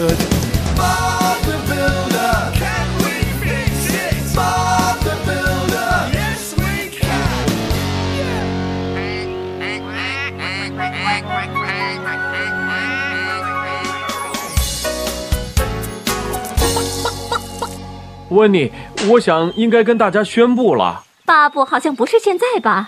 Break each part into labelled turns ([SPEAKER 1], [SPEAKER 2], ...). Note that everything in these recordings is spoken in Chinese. [SPEAKER 1] Bob the Builder. Can we fix it? Bob the Builder. Yes, we can.
[SPEAKER 2] Thank you.
[SPEAKER 3] 温妮，我想应该跟大家宣布了。
[SPEAKER 4] 巴布好像不是现在吧？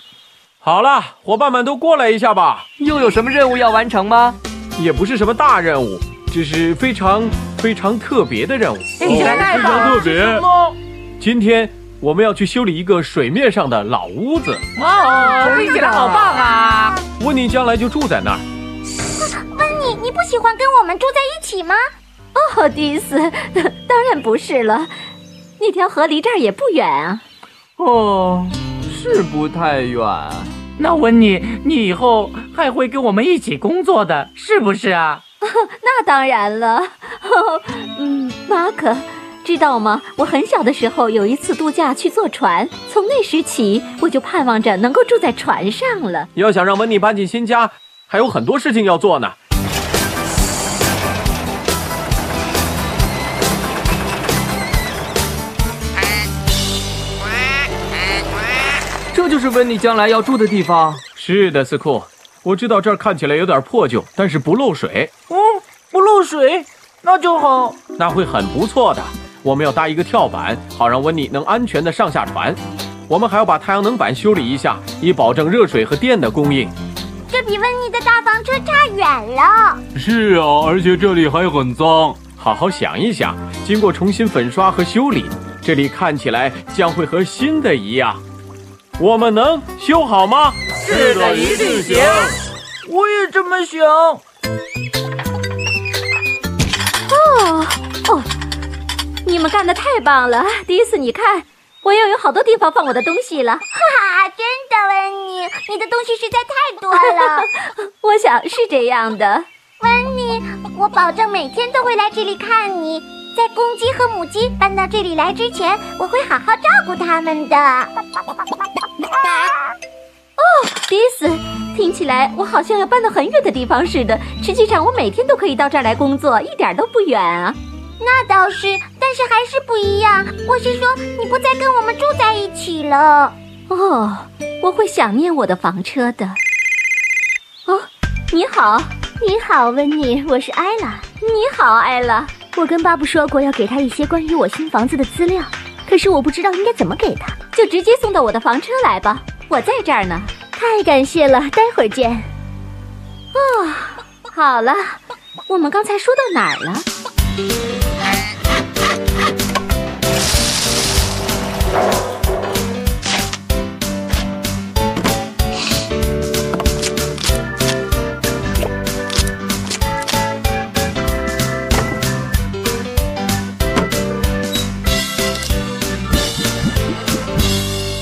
[SPEAKER 3] 好了，伙伴们都过来一下吧。
[SPEAKER 5] 又有什么任务要完成吗？
[SPEAKER 3] 也不是什么大任务，只是非常非常特别的任务。哦
[SPEAKER 4] 期待吧！
[SPEAKER 3] 特别。今天我们要去修理一个水面上的老屋子，
[SPEAKER 5] 哇哦，听起来好棒啊！
[SPEAKER 3] 温妮将来就住在那儿。
[SPEAKER 6] 温妮，你不喜欢跟我们住在一起吗？
[SPEAKER 4] 哦，迪斯， 当然不是了。那条河离这儿也不远啊。
[SPEAKER 5] 哦，是不太远。
[SPEAKER 7] 那温妮，你以后还会跟我们一起工作的，是不是啊？
[SPEAKER 4] 那当然了。 哦、嗯，马可，知道吗？我很小的时候有一次度假去坐船，从那时起我就盼望着能够住在船上了。
[SPEAKER 3] 要想让温妮搬进新家，还有很多事情要做呢。
[SPEAKER 5] 这就是温妮将来要住的地方。
[SPEAKER 3] 是的，斯库，我知道这儿看起来有点破旧，但是不漏水，
[SPEAKER 5] 哦，不漏水，那就好。
[SPEAKER 3] 那会很不错的。我们要搭一个跳板，好让温妮能安全的上下船。我们还要把太阳能板修理一下，以保证热水和电的供应。
[SPEAKER 6] 这比温妮的大房车差远了。
[SPEAKER 3] 是啊，而且这里还很脏。好好想一想，经过重新粉刷和修理，这里看起来将会和新的一样。我们能修好吗？
[SPEAKER 5] 是的，一定行。我也这么想。
[SPEAKER 4] 你们干得太棒了，迪斯，你看，我又有好多地方放我的东西了。
[SPEAKER 6] 哈哈，啊真的，温妮，你的东西实在太多了。
[SPEAKER 4] 我想是这样的。
[SPEAKER 6] 温妮，我保证每天都会来这里看你。在公鸡和母鸡搬到这里来之前，我会好好照顾它们的。
[SPEAKER 4] 迪斯，听起来我好像要搬到很远的地方似的。实际上，我每天都可以到这儿来工作，一点都不远啊。
[SPEAKER 6] 那倒是，但是还是不一样。我是说，你不再跟我们住在一起了。
[SPEAKER 4] 哦，我会想念我的房车的。哦，你好，
[SPEAKER 8] 你好，温妮，我是艾拉。
[SPEAKER 4] 你好，艾拉。
[SPEAKER 8] 我跟巴布说过要给他一些关于我新房子的资料，可是我不知道应该怎么给他。
[SPEAKER 4] 就直接送到我的房车来吧，我在这儿呢。
[SPEAKER 8] 太感谢了，待会儿见。哦
[SPEAKER 4] 好了，我们刚才说到哪儿了？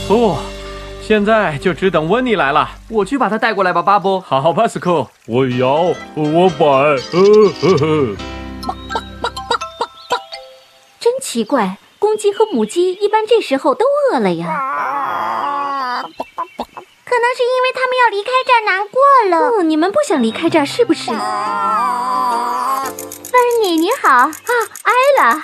[SPEAKER 3] 哦，现在就只等温妮来了。
[SPEAKER 5] 我去把它带过来吧，巴布。
[SPEAKER 3] 好吧，斯库，
[SPEAKER 9] 我摇，我摆，呃呵呵，
[SPEAKER 4] 真奇怪，公鸡和母鸡一般这时候都饿了呀。
[SPEAKER 6] 可能是因为他们要离开这儿难过了。
[SPEAKER 4] 哦，你们不想离开这儿是不是？
[SPEAKER 8] 温妮，你好啊，艾拉，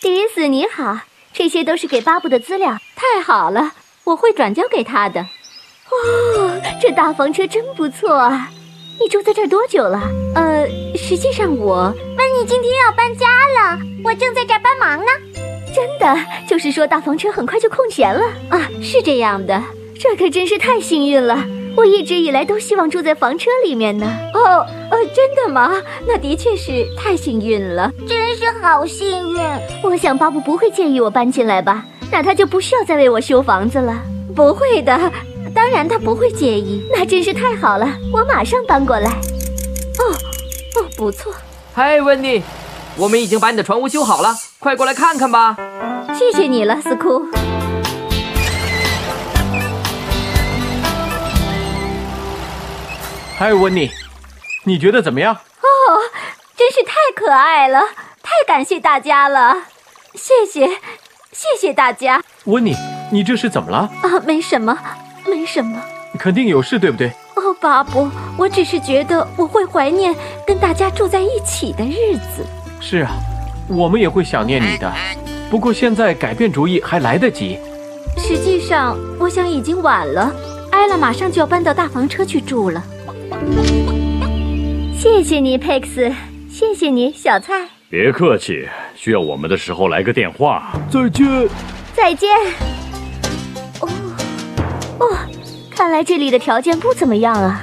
[SPEAKER 8] 迪斯，你好。这些都是给巴布的资料，
[SPEAKER 4] 太好了，我会转交给他的。哦
[SPEAKER 8] 这大房车真不错啊。你住在这儿多久了？
[SPEAKER 4] 呃，实际上我
[SPEAKER 6] 温妮今天要搬家了，我正在这儿帮忙呢。
[SPEAKER 8] 真的，就是说大房车很快就空闲了，
[SPEAKER 4] 啊是这样的。
[SPEAKER 8] 这可真是太幸运了。我一直以来都希望住在房车里面呢。
[SPEAKER 4] 哦，呃，真的吗？那的确是太幸运了。
[SPEAKER 6] 真是好幸运。
[SPEAKER 8] 我想巴布不会介意我搬进来吧？那他就不需要再为我修房子了。
[SPEAKER 4] 不会的，当然他不会介意。
[SPEAKER 8] 那真是太好了，我马上搬过来。
[SPEAKER 4] 哦，不错，
[SPEAKER 5] 嗨，温妮，我们已经把你的船屋修好了，快过来看看吧。
[SPEAKER 4] 谢谢你了，斯库。
[SPEAKER 3] 嗨，温妮，你觉得怎么样？
[SPEAKER 4] 真是太可爱了，太感谢大家了，谢谢，谢谢大家
[SPEAKER 3] 温妮，你这是怎么了？
[SPEAKER 4] 啊，没什么，没什么。
[SPEAKER 3] 肯定有事，对不对？
[SPEAKER 4] 哦，巴布，我只是觉得我会怀念跟大家住在一起的日子。
[SPEAKER 3] 是啊，我们也会想念你的。不过现在改变主意还来得及。
[SPEAKER 4] 实际上，我想已经晚了。艾拉马上就要搬到大房车去住了。
[SPEAKER 8] 谢谢你，佩克斯，谢谢你，小蔡。
[SPEAKER 9] 别客气，需要我们的时候来个电话。
[SPEAKER 3] 再见。
[SPEAKER 8] 再见。哦，哦，看来这里的条件不怎么样啊。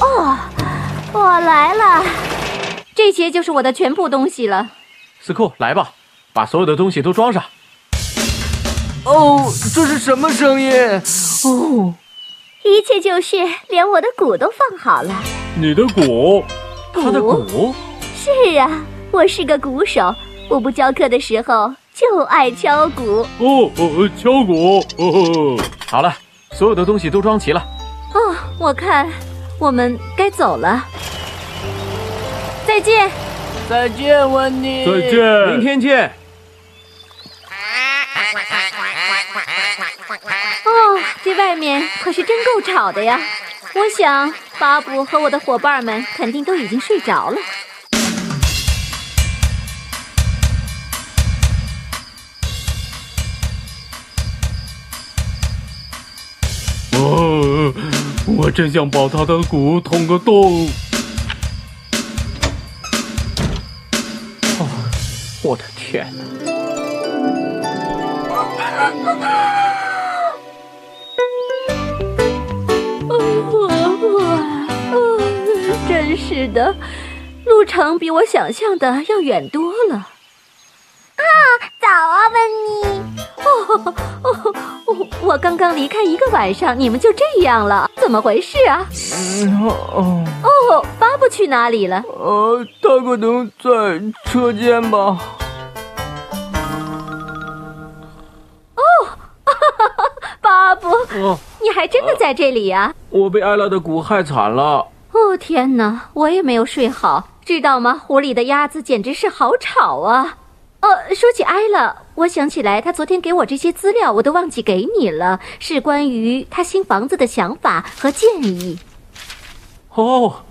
[SPEAKER 8] 哦，我来了。
[SPEAKER 4] 这些就是我的全部东西了。
[SPEAKER 3] 司库，来吧，把所有的东西都装上。
[SPEAKER 5] 哦，这是什么声音？哦，
[SPEAKER 8] 一切就是连我的鼓都放好了。
[SPEAKER 9] 你的鼓，
[SPEAKER 3] 他的鼓，
[SPEAKER 8] 是啊，我是个鼓手，我不教课的时候就爱敲鼓。
[SPEAKER 9] 哦，哦敲鼓，哦，
[SPEAKER 3] 好了，所有的东西都装齐了。
[SPEAKER 4] 哦，我看我们该走了。再见。
[SPEAKER 5] 再见，温妮。
[SPEAKER 9] 再见。
[SPEAKER 3] 明天见。
[SPEAKER 4] 哦，这外面可是真够吵的呀！我想巴布和我的伙伴们肯定都已经睡着了。
[SPEAKER 9] 哦，我真想把他的鼓捅个洞。
[SPEAKER 3] 哦我的天哪！
[SPEAKER 4] 哦真是的，路程比我想象的要远多了。
[SPEAKER 6] 早啊，温妮。
[SPEAKER 4] 哦哦，我我刚刚离开一个晚上，你们就这样了，怎么回事啊？
[SPEAKER 5] 哦，
[SPEAKER 4] 哦，巴布去哪里了？
[SPEAKER 5] 呃，他可能在车间吧。
[SPEAKER 4] 巴布，
[SPEAKER 3] 哦，
[SPEAKER 4] 你还真的在这里呀、
[SPEAKER 3] 我被艾拉的鼓害惨了。
[SPEAKER 4] 哦天哪，我也没有睡好，知道吗？湖里的鸭子简直是好吵啊！哦，说起艾拉，我想起来，他昨天给我这些资料，我都忘记给你了，是关于他新房子的想法和建议。
[SPEAKER 3] 哦，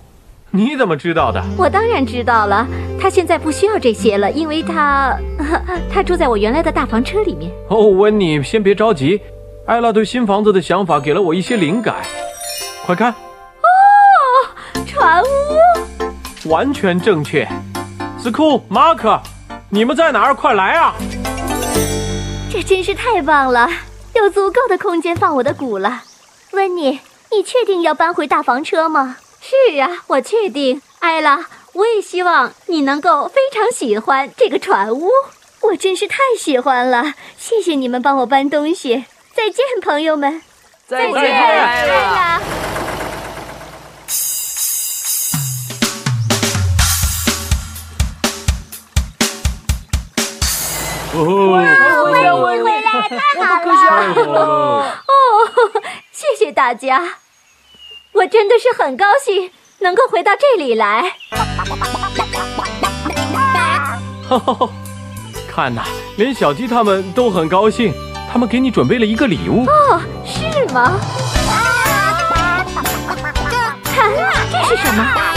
[SPEAKER 3] 你怎么知道的？
[SPEAKER 4] 我当然知道了，他现在不需要这些了，因为他 他住在我原来的大房车里面。
[SPEAKER 3] 哦，温妮，先别着急。艾拉对新房子的想法给了我一些灵感，快看，
[SPEAKER 4] 船屋
[SPEAKER 3] 完全正确。司库、马克，你们在哪儿？快来啊！
[SPEAKER 8] 这真是太棒了，有足够的空间放我的鼓了。温妮，你确定要搬回大房车吗？
[SPEAKER 4] 是啊，我确定，艾拉，我也希望你能够非常喜欢这个船屋。
[SPEAKER 8] 我真是太喜欢了，谢谢你们帮我搬东西。再见，朋友们。
[SPEAKER 5] 再
[SPEAKER 4] 再见
[SPEAKER 5] 艾拉
[SPEAKER 9] 哦，
[SPEAKER 5] 我想我回来，太
[SPEAKER 9] 太好了。
[SPEAKER 8] 哦
[SPEAKER 4] 谢谢大家，我真的是很高兴能够回到这里来。
[SPEAKER 3] 哈哈哈！ 看呐、连小鸡他们都很高兴，他们给你准备了一个礼物。
[SPEAKER 4] 是吗？看，这是什么？